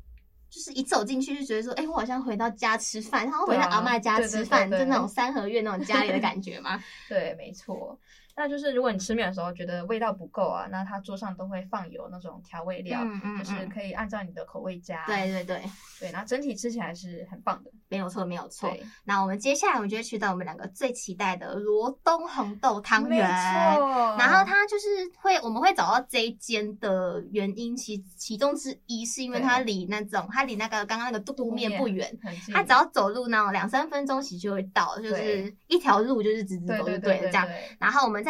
[SPEAKER 1] 就是一走进去就觉得说，哎、我好像回到家吃饭，好像回到
[SPEAKER 2] 对啊
[SPEAKER 1] 阿嬷家
[SPEAKER 2] 对对
[SPEAKER 1] 吃
[SPEAKER 2] 对
[SPEAKER 1] 饭，
[SPEAKER 2] 对
[SPEAKER 1] 就那种三合院那种家里的感觉 嘛。
[SPEAKER 2] 对，没错。那就是如果你吃面的时候觉得味道不够啊，那他桌上都会放有那种调味料，
[SPEAKER 1] 嗯嗯
[SPEAKER 2] 就是
[SPEAKER 1] 嗯，
[SPEAKER 2] 可以按照你的口味加。
[SPEAKER 1] 对对对，
[SPEAKER 2] 对，然后整体吃起来是很棒的。
[SPEAKER 1] 没有错没有错。
[SPEAKER 2] 对，
[SPEAKER 1] 那我们接下来，我们就会去到我们两个最期待的罗东红豆汤
[SPEAKER 2] 没
[SPEAKER 1] 圆。
[SPEAKER 2] 错。
[SPEAKER 1] 然后它就是会，我们会找到这一间的原因，其其中之一是因为
[SPEAKER 2] 对
[SPEAKER 1] 它离那种它离那个刚刚那个杜
[SPEAKER 2] 杜
[SPEAKER 1] 姑
[SPEAKER 2] 姑
[SPEAKER 1] 面
[SPEAKER 2] 面
[SPEAKER 1] 不远，
[SPEAKER 2] 很近
[SPEAKER 1] 它只要走路那种两三分钟其实就会到，就是
[SPEAKER 2] 对
[SPEAKER 1] 一条路就是直直
[SPEAKER 2] 对
[SPEAKER 1] 走就
[SPEAKER 2] 对对
[SPEAKER 1] 了
[SPEAKER 2] 对
[SPEAKER 1] 这样。
[SPEAKER 2] 对
[SPEAKER 1] 然后我们在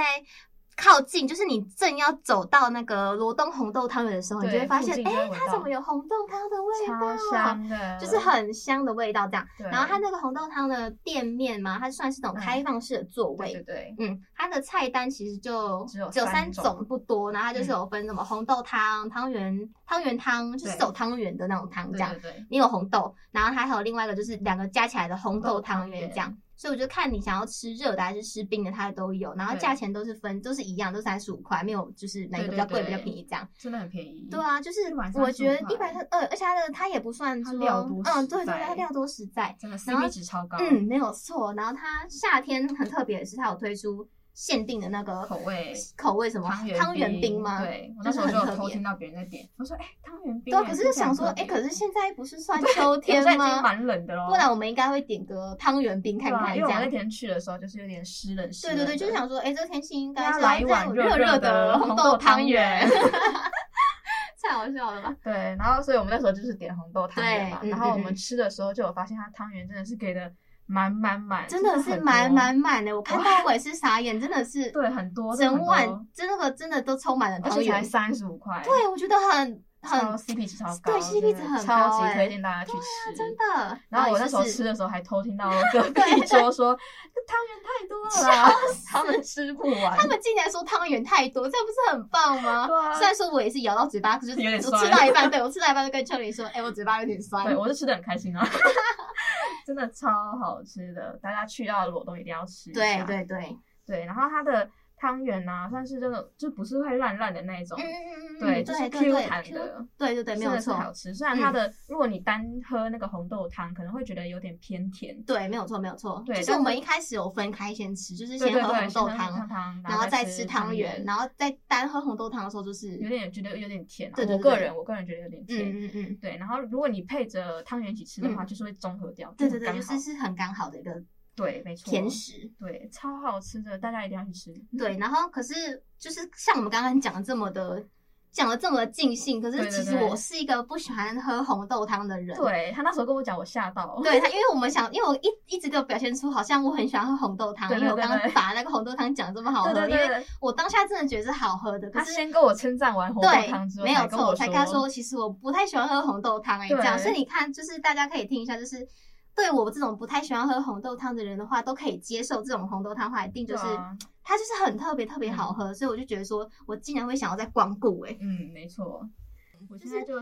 [SPEAKER 1] 靠近，就是你正要走到那个罗东红豆汤圆的时候，你就
[SPEAKER 2] 对
[SPEAKER 1] 会发
[SPEAKER 2] 附
[SPEAKER 1] 现，
[SPEAKER 2] 近就
[SPEAKER 1] 哎、
[SPEAKER 2] 会闻
[SPEAKER 1] 它
[SPEAKER 2] 到
[SPEAKER 1] 怎么有红豆汤的味道？啊
[SPEAKER 2] 超香的，
[SPEAKER 1] 就是很香的味道，这样。
[SPEAKER 2] 对。
[SPEAKER 1] 然后它那个红豆汤的店面嘛，它算是那种
[SPEAKER 2] 嗯
[SPEAKER 1] 开放式的座位，
[SPEAKER 2] 对对对，
[SPEAKER 1] 嗯，它的菜单其实就
[SPEAKER 2] 只有
[SPEAKER 1] 三
[SPEAKER 2] 三种嗯
[SPEAKER 1] 不多，然后它就是有分什么红豆汤、汤圆、汤圆汤，就是
[SPEAKER 2] 对
[SPEAKER 1] 走汤圆的那种汤这
[SPEAKER 2] 对
[SPEAKER 1] 样。
[SPEAKER 2] 对对，
[SPEAKER 1] 你有红豆，然后它还有另外一个就是两个加起来的红豆汤
[SPEAKER 2] 红豆汤
[SPEAKER 1] 圆
[SPEAKER 2] 圆
[SPEAKER 1] 这样。所以我就看你想要吃热的还是吃冰的，它都有，然后
[SPEAKER 2] 对
[SPEAKER 1] 价钱都是分都是一样，都三十五块，没有就是哪个比较贵
[SPEAKER 2] 对对对
[SPEAKER 1] 比较便宜这样。
[SPEAKER 2] 真的很便宜。
[SPEAKER 1] 对啊，就是
[SPEAKER 2] 一碗35
[SPEAKER 1] 我觉得
[SPEAKER 2] 块
[SPEAKER 1] 一百三，呃，而且它的它也不算
[SPEAKER 2] 它
[SPEAKER 1] 说，
[SPEAKER 2] 料多
[SPEAKER 1] 嗯，
[SPEAKER 2] 实
[SPEAKER 1] 对对对，
[SPEAKER 2] 在
[SPEAKER 1] 它料多实在。
[SPEAKER 2] 真的
[SPEAKER 1] 然后
[SPEAKER 2] CP 值超高，
[SPEAKER 1] 嗯，没有错。然后它夏天很特别的是，它有推出限定的那个
[SPEAKER 2] 口味
[SPEAKER 1] 口味什么
[SPEAKER 2] 汤圆
[SPEAKER 1] 汤圆冰吗？
[SPEAKER 2] 对，我
[SPEAKER 1] 就
[SPEAKER 2] 那
[SPEAKER 1] 是
[SPEAKER 2] 时候
[SPEAKER 1] 很
[SPEAKER 2] 就有
[SPEAKER 1] 特
[SPEAKER 2] 偷
[SPEAKER 1] 别
[SPEAKER 2] 听到别人在点，我说哎，汤圆冰
[SPEAKER 1] 对
[SPEAKER 2] 耶，
[SPEAKER 1] 啊，可是就想说，哎、可
[SPEAKER 2] 是
[SPEAKER 1] 是现在不是算秋天
[SPEAKER 2] 现在已经
[SPEAKER 1] 吗？
[SPEAKER 2] 蛮冷 的喽，
[SPEAKER 1] 不然我们应该会点个汤圆冰看
[SPEAKER 2] 对啊
[SPEAKER 1] 看，这
[SPEAKER 2] 因为我们那
[SPEAKER 1] 样。
[SPEAKER 2] 天去的时候就是有点湿冷湿
[SPEAKER 1] 对
[SPEAKER 2] 冷
[SPEAKER 1] 对
[SPEAKER 2] 的，
[SPEAKER 1] 对，就是想说，哎、这天气应该
[SPEAKER 2] 要
[SPEAKER 1] 是
[SPEAKER 2] 来一
[SPEAKER 1] 这
[SPEAKER 2] 碗
[SPEAKER 1] 样
[SPEAKER 2] 热
[SPEAKER 1] 热
[SPEAKER 2] 热
[SPEAKER 1] 的
[SPEAKER 2] 的
[SPEAKER 1] 红
[SPEAKER 2] 红
[SPEAKER 1] 豆
[SPEAKER 2] 豆
[SPEAKER 1] 汤
[SPEAKER 2] 汤
[SPEAKER 1] 圆
[SPEAKER 2] 圆，
[SPEAKER 1] 太好笑了吧？
[SPEAKER 2] 对，然后所以我们那时候就是点红豆汤圆嘛，
[SPEAKER 1] 对嗯
[SPEAKER 2] 然后我
[SPEAKER 1] 嗯
[SPEAKER 2] 们
[SPEAKER 1] 嗯
[SPEAKER 2] 吃的时候就有发现它汤圆真的是给的满满满，
[SPEAKER 1] 真的是
[SPEAKER 2] 很
[SPEAKER 1] 满
[SPEAKER 2] 多
[SPEAKER 1] 满满的，我看到我也是傻眼，真的是
[SPEAKER 2] 对很多真的
[SPEAKER 1] 整
[SPEAKER 2] 很
[SPEAKER 1] 碗
[SPEAKER 2] 多，
[SPEAKER 1] 真的真的都充满了
[SPEAKER 2] 而
[SPEAKER 1] 汤
[SPEAKER 2] 且才
[SPEAKER 1] 圆。
[SPEAKER 2] 三十五块，
[SPEAKER 1] 对，我觉得很
[SPEAKER 2] 超
[SPEAKER 1] 很
[SPEAKER 2] CP 值超高，
[SPEAKER 1] 对，CP 值
[SPEAKER 2] 真的
[SPEAKER 1] 很
[SPEAKER 2] 超
[SPEAKER 1] 高
[SPEAKER 2] 级
[SPEAKER 1] 欸
[SPEAKER 2] 推荐大家去吃，
[SPEAKER 1] 真的。
[SPEAKER 2] 然后我
[SPEAKER 1] 也
[SPEAKER 2] 那
[SPEAKER 1] 试
[SPEAKER 2] 时候
[SPEAKER 1] 试
[SPEAKER 2] 吃的时候还偷听 到隔壁桌说，这汤圆太多了啦，他们吃不完。
[SPEAKER 1] 他们竟然说汤圆太多，这样不是很棒吗？
[SPEAKER 2] 对啊
[SPEAKER 1] 虽然说我也是咬到嘴巴，可是
[SPEAKER 2] 有点
[SPEAKER 1] 我
[SPEAKER 2] 酸
[SPEAKER 1] 吃到一半，对我吃到一半就跟秋玲说：“哎、我嘴巴有点酸。
[SPEAKER 2] 对我是吃的很开心啊， 真的超好吃的，大家去到罗东一定要吃一
[SPEAKER 1] 对”
[SPEAKER 2] 下。
[SPEAKER 1] 对对
[SPEAKER 2] 对然后它的汤圆呢、算是真的就不是会烂烂的那一种，
[SPEAKER 1] 嗯嗯嗯嗯，
[SPEAKER 2] 对，
[SPEAKER 1] 对
[SPEAKER 2] 就
[SPEAKER 1] 对
[SPEAKER 2] 是
[SPEAKER 1] 对
[SPEAKER 2] Q
[SPEAKER 1] 对
[SPEAKER 2] 弹
[SPEAKER 1] Q-
[SPEAKER 2] 的。
[SPEAKER 1] 对对对，没
[SPEAKER 2] 真
[SPEAKER 1] 有
[SPEAKER 2] 的是好
[SPEAKER 1] 错，嗯
[SPEAKER 2] 吃，虽然它的、如果你单喝那个红豆汤，可能会觉得有点偏甜。
[SPEAKER 1] 对，没有错，没有错。
[SPEAKER 2] 对
[SPEAKER 1] 就是
[SPEAKER 2] 但
[SPEAKER 1] 我们
[SPEAKER 2] 是
[SPEAKER 1] 一开始有分开先吃，就是
[SPEAKER 2] 对
[SPEAKER 1] 先
[SPEAKER 2] 对
[SPEAKER 1] 喝
[SPEAKER 2] 对，
[SPEAKER 1] 红豆
[SPEAKER 2] 先喝
[SPEAKER 1] 汤，
[SPEAKER 2] 汤，
[SPEAKER 1] 然后再吃
[SPEAKER 2] 吃
[SPEAKER 1] 汤圆，
[SPEAKER 2] 圆，
[SPEAKER 1] 然后再单喝红豆汤的时候就是，
[SPEAKER 2] 有点觉得有点甜、啊。
[SPEAKER 1] 对对
[SPEAKER 2] 我个
[SPEAKER 1] 对
[SPEAKER 2] 人我个人觉得有点甜。
[SPEAKER 1] 嗯嗯嗯，
[SPEAKER 2] 对，然后如果你配着汤圆一起吃的话，
[SPEAKER 1] 嗯
[SPEAKER 2] 就是会综合掉，
[SPEAKER 1] 对
[SPEAKER 2] 就
[SPEAKER 1] 对
[SPEAKER 2] 很
[SPEAKER 1] 对，就
[SPEAKER 2] 刚好
[SPEAKER 1] 是是很刚好的一个
[SPEAKER 2] 对，没错，
[SPEAKER 1] 甜食。
[SPEAKER 2] 对，超好吃的，大家一定要去吃。
[SPEAKER 1] 对，然后可是就是像我们刚刚讲的这么的，讲的这么的尽兴，可
[SPEAKER 2] 对
[SPEAKER 1] 是
[SPEAKER 2] 对
[SPEAKER 1] 其实
[SPEAKER 2] 对
[SPEAKER 1] 我是一个不喜欢喝红豆汤的人。
[SPEAKER 2] 对他那时候跟我讲，我吓到，
[SPEAKER 1] 对他，因为我们想，因为我一一直给我表现出好像我很喜欢喝红豆汤，
[SPEAKER 2] 对
[SPEAKER 1] 因为我
[SPEAKER 2] 对对
[SPEAKER 1] 刚
[SPEAKER 2] 对
[SPEAKER 1] 把那个红豆汤讲得这么好喝，
[SPEAKER 2] 对对
[SPEAKER 1] 哦因为
[SPEAKER 2] 对，
[SPEAKER 1] 我当下真的觉得是好喝的，可
[SPEAKER 2] 他
[SPEAKER 1] 是
[SPEAKER 2] 先跟我称赞完红豆汤之
[SPEAKER 1] 对，
[SPEAKER 2] 后，
[SPEAKER 1] 没有
[SPEAKER 2] 跟
[SPEAKER 1] 错，
[SPEAKER 2] 我
[SPEAKER 1] 才跟他说，其实我不太喜欢喝红豆汤哎、欸，
[SPEAKER 2] 对
[SPEAKER 1] 这样，所以你看，就是大家可以听一下，就是对我这种不太喜欢喝红豆汤的人的话，都可以接受这种红豆汤的话，一定就是、
[SPEAKER 2] 对啊
[SPEAKER 1] 它就是很特别特别好喝，所以我就觉得说我竟然会想要再光顾哎、
[SPEAKER 2] 嗯，没错，我现在就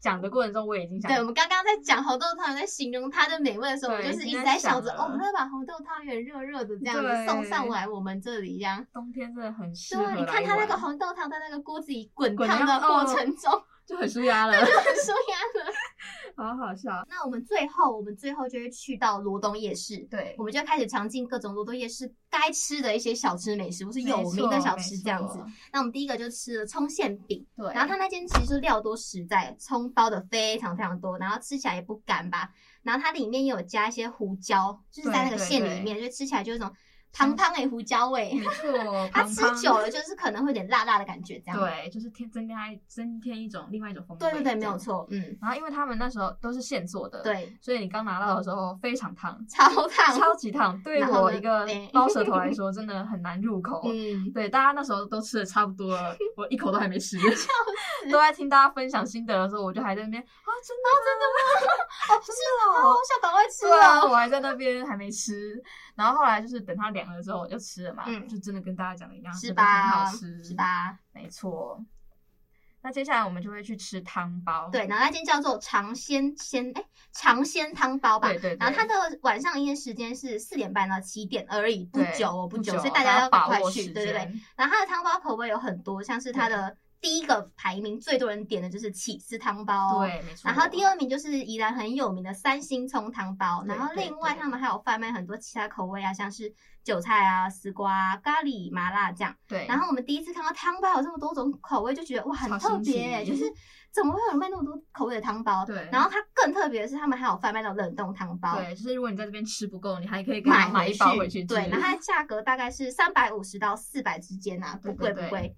[SPEAKER 2] 讲的过程中，我已经想
[SPEAKER 1] 对，我们刚刚在讲红豆汤，在形容它的美味的时候，我
[SPEAKER 2] 对
[SPEAKER 1] 就是一
[SPEAKER 2] 已
[SPEAKER 1] 直
[SPEAKER 2] 经
[SPEAKER 1] 在
[SPEAKER 2] 在
[SPEAKER 1] 想着，
[SPEAKER 2] 想
[SPEAKER 1] 哦，
[SPEAKER 2] 了
[SPEAKER 1] 我们要把红豆汤圆热热的这样子
[SPEAKER 2] 对
[SPEAKER 1] 送上来我们这里，这样。
[SPEAKER 2] 冬天真的很适合
[SPEAKER 1] 对，啊
[SPEAKER 2] 来玩。
[SPEAKER 1] 你看它那个红豆汤在那个锅子里滚
[SPEAKER 2] 滚
[SPEAKER 1] 烫
[SPEAKER 2] 烫
[SPEAKER 1] 的
[SPEAKER 2] 哦
[SPEAKER 1] 过程中，
[SPEAKER 2] 就很舒压了，
[SPEAKER 1] 很舒压了。
[SPEAKER 2] 好好笑。
[SPEAKER 1] 那我们最后，我们最后就会去到罗东夜市，
[SPEAKER 2] 对
[SPEAKER 1] 我，们就开始尝尽各种罗东夜市该吃的一些小吃美食，或是有名的小吃这样子
[SPEAKER 2] 没错。。
[SPEAKER 1] 那我们第一个就吃了葱馅饼，
[SPEAKER 2] 没错对，
[SPEAKER 1] 然后它那间其实就料多实在，葱包的非常非常多，然后吃起来也不干吧。然后它里面也有加一些胡椒，就是在那个
[SPEAKER 2] 对对
[SPEAKER 1] 馅
[SPEAKER 2] 对嗯
[SPEAKER 1] 里面，就吃起来就有一种胖胖的胡椒味。
[SPEAKER 2] 没错，
[SPEAKER 1] 它
[SPEAKER 2] 胖
[SPEAKER 1] 吃
[SPEAKER 2] 胖
[SPEAKER 1] 久了就是可能会有点辣辣的感觉，这样。
[SPEAKER 2] 对，就是添增加增添一种另外一种风味。
[SPEAKER 1] 对对对，没
[SPEAKER 2] 这样
[SPEAKER 1] 有。错，嗯，
[SPEAKER 2] 然后因为他们那时候都是现做的，，
[SPEAKER 1] 对，
[SPEAKER 2] 所以你刚拿到的时候非常烫，
[SPEAKER 1] 超烫，
[SPEAKER 2] 超 级烫，对
[SPEAKER 1] 然后
[SPEAKER 2] 我
[SPEAKER 1] 呢
[SPEAKER 2] 一个
[SPEAKER 1] 对
[SPEAKER 2] 包舌 头来说真的很难入口。
[SPEAKER 1] 嗯，
[SPEAKER 2] 对，大家那时候都吃的差不多 了，我一口都还没吃。都在听大家分享心得的时候，我就还在那边啊，真 的真的
[SPEAKER 1] 哦，不是
[SPEAKER 2] 哦
[SPEAKER 1] 好想赶快吃
[SPEAKER 2] 对啊，
[SPEAKER 1] 哦。
[SPEAKER 2] 我还在那边还没吃，然后后来就是等它凉了之后我就吃了嘛，
[SPEAKER 1] 嗯
[SPEAKER 2] 就真的跟大家讲的一样，
[SPEAKER 1] 是
[SPEAKER 2] 真的啊很
[SPEAKER 1] 吧？
[SPEAKER 2] 好吃，
[SPEAKER 1] 是？吧？
[SPEAKER 2] 没错。那接下来我们就会去吃汤包，
[SPEAKER 1] 对，然后那间叫做尝鲜鲜，哎，尝鲜汤包吧。
[SPEAKER 2] 对对对
[SPEAKER 1] 然后它的晚上营业时间是四点半到七点而已，不
[SPEAKER 2] 对，
[SPEAKER 1] 久哦，不久，
[SPEAKER 2] 久，
[SPEAKER 1] 所以大
[SPEAKER 2] 家
[SPEAKER 1] 要赶
[SPEAKER 2] 把
[SPEAKER 1] 快
[SPEAKER 2] 握
[SPEAKER 1] 去。
[SPEAKER 2] 时
[SPEAKER 1] 对对对。
[SPEAKER 2] 间，
[SPEAKER 1] 然后它的汤包口味有很多，像是它的第一个排名最多人点的就是起司汤包、哦，。
[SPEAKER 2] 对，没错。
[SPEAKER 1] 然后第二名就是宜兰很有名的三星葱汤包，
[SPEAKER 2] 对
[SPEAKER 1] 然后
[SPEAKER 2] 对
[SPEAKER 1] 另外
[SPEAKER 2] 对
[SPEAKER 1] 他们还有贩卖很多其他口味啊，像是韭菜啊、丝瓜啊、咖喱、麻辣酱。
[SPEAKER 2] 对，
[SPEAKER 1] 然后我们第一次看到汤包有这么多种口味，就觉得哇很
[SPEAKER 2] 超
[SPEAKER 1] 特
[SPEAKER 2] 新奇
[SPEAKER 1] 别欸，就是怎么会有人卖那么多口味的汤包？
[SPEAKER 2] 对
[SPEAKER 1] 然后它更特别的是，他们还有贩卖那种冷冻汤包，
[SPEAKER 2] 对，就是如果你在这边吃不够，你还可以给
[SPEAKER 1] 买
[SPEAKER 2] 他买
[SPEAKER 1] 回
[SPEAKER 2] 一包回去吃。
[SPEAKER 1] 对，然后它的价格大概是三百五十到四百之间啊，不
[SPEAKER 2] 对
[SPEAKER 1] 贵
[SPEAKER 2] 对
[SPEAKER 1] 不
[SPEAKER 2] 对
[SPEAKER 1] 贵。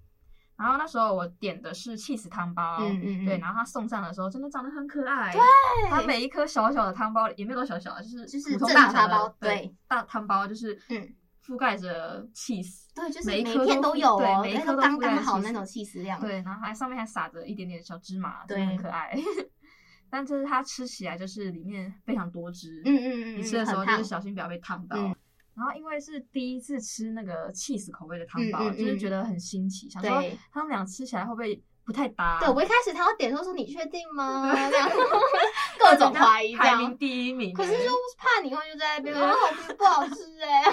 [SPEAKER 2] 然后那时候我点的是 cheese 汤包，
[SPEAKER 1] 嗯嗯嗯
[SPEAKER 2] 对，然后它送上的时候真的长得很可爱，对，
[SPEAKER 1] 对
[SPEAKER 2] 它每一颗小小的汤包也没有多小小，就是
[SPEAKER 1] 就是
[SPEAKER 2] 普通
[SPEAKER 1] 正常
[SPEAKER 2] 大小的
[SPEAKER 1] 汤包
[SPEAKER 2] 对
[SPEAKER 1] 对
[SPEAKER 2] 大汤包就是
[SPEAKER 1] 嗯
[SPEAKER 2] 覆盖着 cheese，
[SPEAKER 1] 对，就是
[SPEAKER 2] 每
[SPEAKER 1] 每
[SPEAKER 2] 一颗
[SPEAKER 1] 片
[SPEAKER 2] 都
[SPEAKER 1] 都有
[SPEAKER 2] 对
[SPEAKER 1] 哦，
[SPEAKER 2] 每一
[SPEAKER 1] 那
[SPEAKER 2] 颗
[SPEAKER 1] 种
[SPEAKER 2] 都
[SPEAKER 1] 刚
[SPEAKER 2] 附带
[SPEAKER 1] 刚
[SPEAKER 2] 着
[SPEAKER 1] 好
[SPEAKER 2] 起
[SPEAKER 1] 那
[SPEAKER 2] 司
[SPEAKER 1] 种气死量。
[SPEAKER 2] 对，然后还上面还撒着一点点小芝麻，
[SPEAKER 1] 对
[SPEAKER 2] 真的很可爱。 但就是它吃起来就是里面非常多汁，
[SPEAKER 1] 嗯，嗯嗯嗯，
[SPEAKER 2] 你吃的时候
[SPEAKER 1] 很
[SPEAKER 2] 就
[SPEAKER 1] 烫嗯
[SPEAKER 2] 是小心不要被烫到。然后因为是第一次吃那个 cheese 口味的汤
[SPEAKER 1] 嗯
[SPEAKER 2] 包，
[SPEAKER 1] 嗯
[SPEAKER 2] 就是
[SPEAKER 1] 嗯
[SPEAKER 2] 觉得很新奇，想说啊
[SPEAKER 1] 对
[SPEAKER 2] 他们俩吃起来会不会不太搭？
[SPEAKER 1] 对，我一开始他要点说说你确定 吗？这样 各种怀疑这
[SPEAKER 2] 排名
[SPEAKER 1] 样。
[SPEAKER 2] 第一名欸。
[SPEAKER 1] 可是就怕你以后就在那边 说好吃不好吃哎、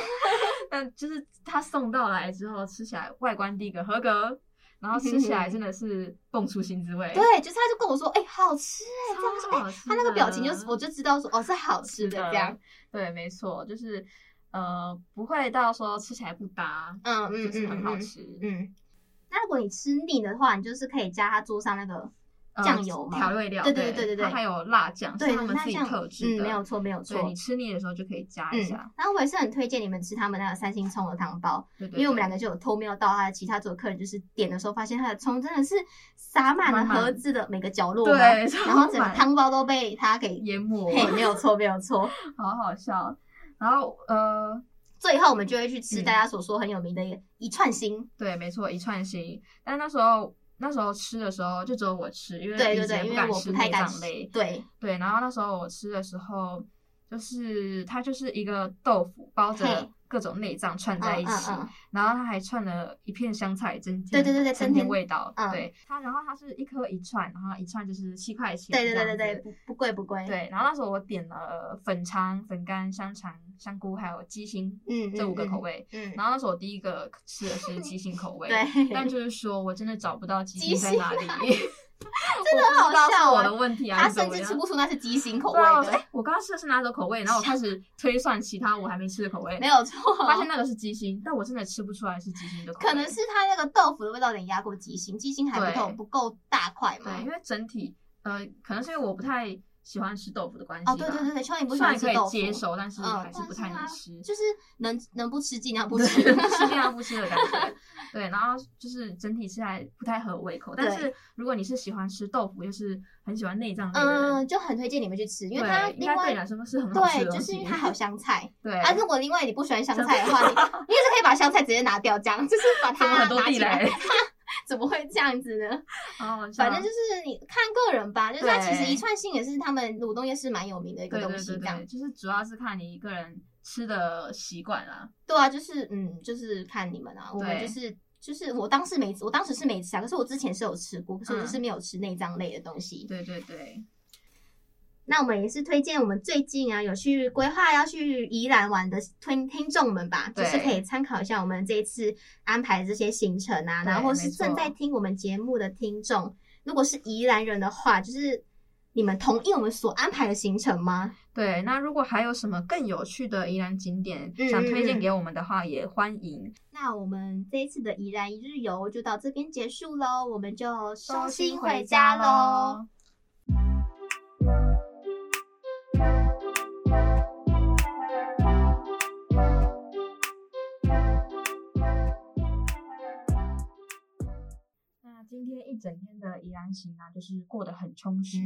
[SPEAKER 2] 但就是它送到来之后，吃起来外观第一个合格，然后吃起来真的是蹦出新滋味。
[SPEAKER 1] 对，就是他就跟我说，哎、好吃哎、这样
[SPEAKER 2] 超
[SPEAKER 1] 说，哎、
[SPEAKER 2] 好吃
[SPEAKER 1] 他那个表情就是，
[SPEAKER 2] 的
[SPEAKER 1] 我就知道说，哦，是好吃的这样，。
[SPEAKER 2] 对，没错，就是呃，不会到说吃起来不搭，
[SPEAKER 1] 嗯嗯
[SPEAKER 2] 就是
[SPEAKER 1] 嗯
[SPEAKER 2] 很
[SPEAKER 1] 嗯
[SPEAKER 2] 好
[SPEAKER 1] 嗯
[SPEAKER 2] 吃。
[SPEAKER 1] 嗯。那如果你吃腻的话，你就是可以加他桌上那个，
[SPEAKER 2] 呃
[SPEAKER 1] 酱油吗
[SPEAKER 2] 调味料，
[SPEAKER 1] 对对
[SPEAKER 2] 对
[SPEAKER 1] 对对对
[SPEAKER 2] 它还有辣酱，
[SPEAKER 1] 对，
[SPEAKER 2] 是他们
[SPEAKER 1] 那
[SPEAKER 2] 自己
[SPEAKER 1] 像
[SPEAKER 2] 特制
[SPEAKER 1] 嗯，
[SPEAKER 2] 的，
[SPEAKER 1] 没有错，没有错
[SPEAKER 2] 对。你吃腻的时候就可以加一
[SPEAKER 1] 嗯
[SPEAKER 2] 下，，
[SPEAKER 1] 然后我也是很推荐你们吃他们那个三星葱的汤包，
[SPEAKER 2] 对对，
[SPEAKER 1] 因为我们
[SPEAKER 2] 对
[SPEAKER 1] 两个就有偷瞄到他的其他组的客人，就是点的时候发现他的葱真的是撒满了
[SPEAKER 2] 满满
[SPEAKER 1] 盒子的每个角落嘛，
[SPEAKER 2] 对，
[SPEAKER 1] 然后整个
[SPEAKER 2] 满
[SPEAKER 1] 汤包都被他给，
[SPEAKER 2] 淹没，
[SPEAKER 1] 嘿，没有错，没有错。
[SPEAKER 2] 好好笑。然后呃，
[SPEAKER 1] 最后我们就会去吃
[SPEAKER 2] 嗯
[SPEAKER 1] 大家所说很有名的一一串心，
[SPEAKER 2] 对，没错，一串心。但那时候那时候吃的时候就只有我吃，因为
[SPEAKER 1] 对对
[SPEAKER 2] 嗯以前
[SPEAKER 1] 对，因
[SPEAKER 2] 不
[SPEAKER 1] 为
[SPEAKER 2] 敢
[SPEAKER 1] 我
[SPEAKER 2] 吃
[SPEAKER 1] 不太
[SPEAKER 2] 内
[SPEAKER 1] 敢
[SPEAKER 2] 脏
[SPEAKER 1] 吃
[SPEAKER 2] 类。
[SPEAKER 1] 对，
[SPEAKER 2] 对，然后那时候我吃的时候，就是它就是一个豆腐包着
[SPEAKER 1] 嘿
[SPEAKER 2] 各种内脏串
[SPEAKER 1] 嗯
[SPEAKER 2] 在一
[SPEAKER 1] 嗯
[SPEAKER 2] 起，
[SPEAKER 1] 嗯
[SPEAKER 2] 然后它还串了一片香菜，增
[SPEAKER 1] 对
[SPEAKER 2] 添
[SPEAKER 1] 对对对增
[SPEAKER 2] 增添
[SPEAKER 1] 添
[SPEAKER 2] 味道。
[SPEAKER 1] 嗯
[SPEAKER 2] 对它，然后它是一颗一串，然后一串就是七块钱。
[SPEAKER 1] 对对对对对，。不不贵不贵，
[SPEAKER 2] 对，然后那时候我点了粉肠、粉干、香肠、香菇，还有鸡心，
[SPEAKER 1] 嗯，嗯
[SPEAKER 2] 这五个口，味。
[SPEAKER 1] 嗯，嗯
[SPEAKER 2] 然后那时候我第一个吃的是鸡心 口味，
[SPEAKER 1] 对
[SPEAKER 2] 但就是说我真的找不到鸡
[SPEAKER 1] 鸡
[SPEAKER 2] 心在
[SPEAKER 1] 心
[SPEAKER 2] 哪里，真的
[SPEAKER 1] 很好笑
[SPEAKER 2] 我
[SPEAKER 1] 啊
[SPEAKER 2] 的问题啊，
[SPEAKER 1] 他甚至吃不出那是鸡心口味
[SPEAKER 2] 对啊我说
[SPEAKER 1] 的，
[SPEAKER 2] 哎，我刚刚吃的是哪种口味？然后我 开始推算其他我还没吃的口味，
[SPEAKER 1] 没有错，
[SPEAKER 2] 发现那个是鸡心，但我真的吃不出来是鸡心的口味，
[SPEAKER 1] 可能是他那个豆腐的味道有点压过鸡心，鸡心还不够
[SPEAKER 2] 对
[SPEAKER 1] 不够大块嘛
[SPEAKER 2] 对，，因为整体呃，可能是因为我不太喜欢吃豆腐的关系吧，
[SPEAKER 1] 哦对对对对，秋你不
[SPEAKER 2] 虽
[SPEAKER 1] 喜欢
[SPEAKER 2] 然可
[SPEAKER 1] 吃
[SPEAKER 2] 以
[SPEAKER 1] 豆腐，
[SPEAKER 2] 接受，但是
[SPEAKER 1] 嗯
[SPEAKER 2] 还是不太能吃，
[SPEAKER 1] 就是能能不吃尽量 不
[SPEAKER 2] 对
[SPEAKER 1] 吃，
[SPEAKER 2] 吃面不吃的感觉。对，然后就是整体吃下来不太合胃口。但
[SPEAKER 1] 对
[SPEAKER 2] 是如果你是喜欢吃豆腐，又是很喜欢内脏类的人，
[SPEAKER 1] 嗯，就很推荐你们去吃，因为它
[SPEAKER 2] 对，应
[SPEAKER 1] 另
[SPEAKER 2] 该对你来
[SPEAKER 1] 外。
[SPEAKER 2] 说是很好吃
[SPEAKER 1] 对，
[SPEAKER 2] 的东
[SPEAKER 1] 就是
[SPEAKER 2] 西。
[SPEAKER 1] 因为它还有香菜，
[SPEAKER 2] 对，
[SPEAKER 1] 啊，如果另外你不喜欢香菜的话，你你也是可以把香菜直接拿掉，这样就是把
[SPEAKER 2] 怎么
[SPEAKER 1] 它
[SPEAKER 2] 很多
[SPEAKER 1] 拿
[SPEAKER 2] 地
[SPEAKER 1] 起来
[SPEAKER 2] 雷。
[SPEAKER 1] 怎么会这样子呢？
[SPEAKER 2] 好好笑
[SPEAKER 1] 反正就是你看个人吧，就是它其
[SPEAKER 2] 对
[SPEAKER 1] 实一串性也是他们鲁东夜市蛮有名的一个
[SPEAKER 2] 对
[SPEAKER 1] 东
[SPEAKER 2] 对
[SPEAKER 1] 西，
[SPEAKER 2] 对
[SPEAKER 1] 这样
[SPEAKER 2] 对，就是主要是看你一个人吃的习惯啦。
[SPEAKER 1] 对啊，就是嗯，就是看你们啊，我们
[SPEAKER 2] 对
[SPEAKER 1] 就是。就是我当时没，我当时是没吃啊，可是我之前是有吃过，可是我就
[SPEAKER 2] 嗯
[SPEAKER 1] 是没有吃内脏类的东西。
[SPEAKER 2] 对对对，
[SPEAKER 1] 那我们也是推荐我们最近啊有去规划要去宜兰玩的听听众们吧，就
[SPEAKER 2] 对
[SPEAKER 1] 是可以参考一下我们这一次安排的这些行程啊，
[SPEAKER 2] 对
[SPEAKER 1] 然后或是
[SPEAKER 2] 没错
[SPEAKER 1] 正在听我们节目的听众，如果是宜兰人的话，就是你们同意我们所安排的行程吗？
[SPEAKER 2] 对，那如果还有什么更有趣的宜兰景点
[SPEAKER 1] 嗯
[SPEAKER 2] 想推荐给我们的话，也欢迎。
[SPEAKER 1] 那我们这一次的宜兰一日游就到这边结束喽，我们就收心回家喽。，
[SPEAKER 2] 那今天一整天的宜兰行呢、啊就是过得很充实。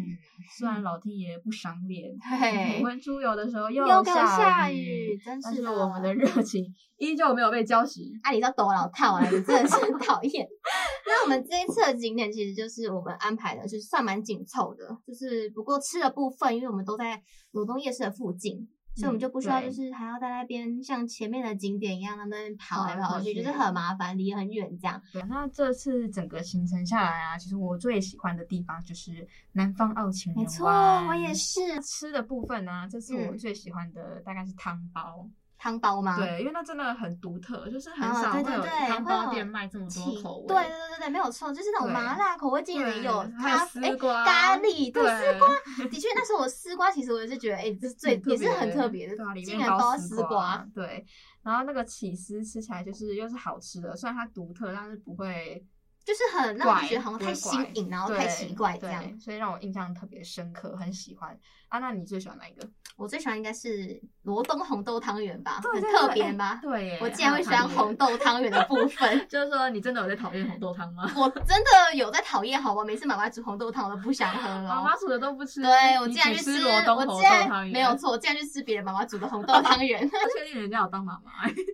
[SPEAKER 2] 虽然老天爷不赏脸，我
[SPEAKER 1] 嗯嘿，
[SPEAKER 2] 们出游的时候
[SPEAKER 1] 又给我
[SPEAKER 2] 嗯下
[SPEAKER 1] 下雨，真
[SPEAKER 2] 但
[SPEAKER 1] 是
[SPEAKER 2] 是
[SPEAKER 1] 的。
[SPEAKER 2] 我们的热情依旧没有被浇熄。
[SPEAKER 1] 啊，你到抖老套啊，你真的是很讨厌。 那我们这一次的景点其实就是我们安排的，就是算蛮紧凑的，就是不过吃的部分，因为我们都在罗东夜市的附近，所以我们
[SPEAKER 2] 嗯
[SPEAKER 1] 就不需要就
[SPEAKER 2] 对
[SPEAKER 1] 是还要在那边像前面的景点一样那边跑
[SPEAKER 2] 跑
[SPEAKER 1] 来
[SPEAKER 2] 来
[SPEAKER 1] 跑
[SPEAKER 2] 跑
[SPEAKER 1] 去，就是
[SPEAKER 2] 去
[SPEAKER 1] 很麻烦，离很远这样。
[SPEAKER 2] 对，那这次整个行程下来啊，其实我最喜欢的地方就是南方澳情人
[SPEAKER 1] 没错，
[SPEAKER 2] 湾
[SPEAKER 1] 我也。是
[SPEAKER 2] 吃的部分呢、啊这次我
[SPEAKER 1] 嗯
[SPEAKER 2] 最喜欢的大概是汤包，
[SPEAKER 1] 汤包吗？
[SPEAKER 2] 对，因为它真的很独特，就是很
[SPEAKER 1] 啊
[SPEAKER 2] 少
[SPEAKER 1] 对
[SPEAKER 2] 会
[SPEAKER 1] 对
[SPEAKER 2] 有
[SPEAKER 1] 对
[SPEAKER 2] 汤
[SPEAKER 1] 会有
[SPEAKER 2] 包店卖这么
[SPEAKER 1] 请。
[SPEAKER 2] 多口味，
[SPEAKER 1] 对对对对，没有错，就是那种
[SPEAKER 2] 对
[SPEAKER 1] 麻辣口味，竟然
[SPEAKER 2] 对
[SPEAKER 1] 有
[SPEAKER 2] 还有
[SPEAKER 1] 它哎
[SPEAKER 2] 丝瓜
[SPEAKER 1] 咖喱，对丝
[SPEAKER 2] 对
[SPEAKER 1] 瓜，的确，那时候我丝瓜，其实我是觉得，哎、这是最
[SPEAKER 2] 很特
[SPEAKER 1] 也是
[SPEAKER 2] 别
[SPEAKER 1] 很特别的
[SPEAKER 2] 对啊，，里
[SPEAKER 1] 竟
[SPEAKER 2] 面
[SPEAKER 1] 然
[SPEAKER 2] 包
[SPEAKER 1] 丝
[SPEAKER 2] 瓜
[SPEAKER 1] 瓜，，
[SPEAKER 2] 对，然后那个起司吃起来就是又是好吃的，虽然它独特，但是不会
[SPEAKER 1] 就是很让我
[SPEAKER 2] 怪，
[SPEAKER 1] 觉得好像
[SPEAKER 2] 不
[SPEAKER 1] 太
[SPEAKER 2] 会
[SPEAKER 1] 新
[SPEAKER 2] 怪
[SPEAKER 1] 颖，然后太
[SPEAKER 2] 对
[SPEAKER 1] 奇怪这
[SPEAKER 2] 对
[SPEAKER 1] 样。
[SPEAKER 2] 所以让我印象特别深刻，很喜欢啊。那你最喜欢哪一个？
[SPEAKER 1] 我最喜欢应该是罗东红豆汤圆吧，
[SPEAKER 2] 对
[SPEAKER 1] 很
[SPEAKER 2] 对
[SPEAKER 1] 特
[SPEAKER 2] 对
[SPEAKER 1] 别
[SPEAKER 2] 哎
[SPEAKER 1] 吧？
[SPEAKER 2] 对耶，
[SPEAKER 1] 我竟然
[SPEAKER 2] 还
[SPEAKER 1] 会
[SPEAKER 2] 有
[SPEAKER 1] 喜欢
[SPEAKER 2] 汤圆
[SPEAKER 1] 红，豆汤圆的部 分。
[SPEAKER 2] 就是说你真的有在讨厌红豆汤吗？
[SPEAKER 1] 我真的有在讨厌，好吗？每次妈妈煮红豆汤，我都不想喝
[SPEAKER 2] 妈
[SPEAKER 1] 了
[SPEAKER 2] 妈。煮的都不吃，
[SPEAKER 1] 对，我
[SPEAKER 2] 你
[SPEAKER 1] 竟然
[SPEAKER 2] 只
[SPEAKER 1] 去吃，
[SPEAKER 2] 罗东
[SPEAKER 1] 我
[SPEAKER 2] 红豆
[SPEAKER 1] 竟
[SPEAKER 2] 汤
[SPEAKER 1] 然
[SPEAKER 2] 圆，
[SPEAKER 1] 没有， 错，我竟然去吃别人妈妈煮的红豆汤圆。
[SPEAKER 2] 不确定人家有当妈妈，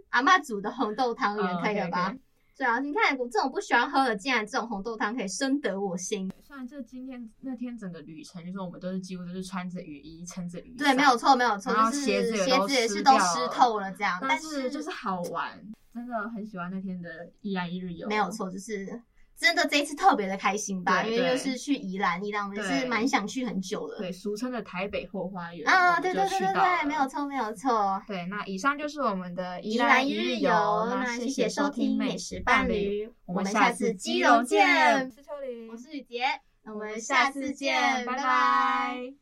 [SPEAKER 1] 阿嬷煮的红豆汤圆，
[SPEAKER 2] 嗯
[SPEAKER 1] 可以了吧
[SPEAKER 2] OK，OK？
[SPEAKER 1] 对啊，你看我这种不喜欢喝的，竟然这种红豆汤可以深得我心。
[SPEAKER 2] 虽然这今天那天整个旅程，就是我们都是几乎都是穿着雨衣，撑着雨
[SPEAKER 1] 对，
[SPEAKER 2] 伞，
[SPEAKER 1] 没有错，没有错，
[SPEAKER 2] 啊然后
[SPEAKER 1] 就是
[SPEAKER 2] 鞋子也
[SPEAKER 1] 鞋
[SPEAKER 2] 都
[SPEAKER 1] 子也
[SPEAKER 2] 湿
[SPEAKER 1] 是都
[SPEAKER 2] 掉
[SPEAKER 1] 湿
[SPEAKER 2] 了
[SPEAKER 1] 透了这样，但
[SPEAKER 2] 但是就是好玩，真的很喜欢那天的一来一日游，
[SPEAKER 1] 没有。错，就是真的这一次特别的开心吧，因
[SPEAKER 2] 对
[SPEAKER 1] 为就
[SPEAKER 2] 对
[SPEAKER 1] 是去宜兰，宜兰我们是
[SPEAKER 2] 对
[SPEAKER 1] 蛮想去很久了
[SPEAKER 2] 对，俗称的台北后花园
[SPEAKER 1] 啊，
[SPEAKER 2] 我
[SPEAKER 1] 对
[SPEAKER 2] 们
[SPEAKER 1] 对对
[SPEAKER 2] 就去
[SPEAKER 1] 对
[SPEAKER 2] 到
[SPEAKER 1] 对，
[SPEAKER 2] 了
[SPEAKER 1] 没有错，没有错。
[SPEAKER 2] 对，那以上就是我们的
[SPEAKER 1] 宜
[SPEAKER 2] 兰
[SPEAKER 1] 兰
[SPEAKER 2] 一
[SPEAKER 1] 一
[SPEAKER 2] 日
[SPEAKER 1] 日游，那
[SPEAKER 2] 谢
[SPEAKER 1] 谢谢收听
[SPEAKER 2] 听
[SPEAKER 1] 美食伴侣，我
[SPEAKER 2] 我们
[SPEAKER 1] 们
[SPEAKER 2] 下
[SPEAKER 1] 下
[SPEAKER 2] 次
[SPEAKER 1] 次
[SPEAKER 2] 基
[SPEAKER 1] 基
[SPEAKER 2] 隆
[SPEAKER 1] 隆
[SPEAKER 2] 见。
[SPEAKER 1] 见
[SPEAKER 2] 我是秋玲
[SPEAKER 1] 我是雨杰，那我
[SPEAKER 2] 我们
[SPEAKER 1] 们
[SPEAKER 2] 下
[SPEAKER 1] 下
[SPEAKER 2] 次
[SPEAKER 1] 次
[SPEAKER 2] 见，
[SPEAKER 1] 见，
[SPEAKER 2] 拜
[SPEAKER 1] 拜拜
[SPEAKER 2] 拜。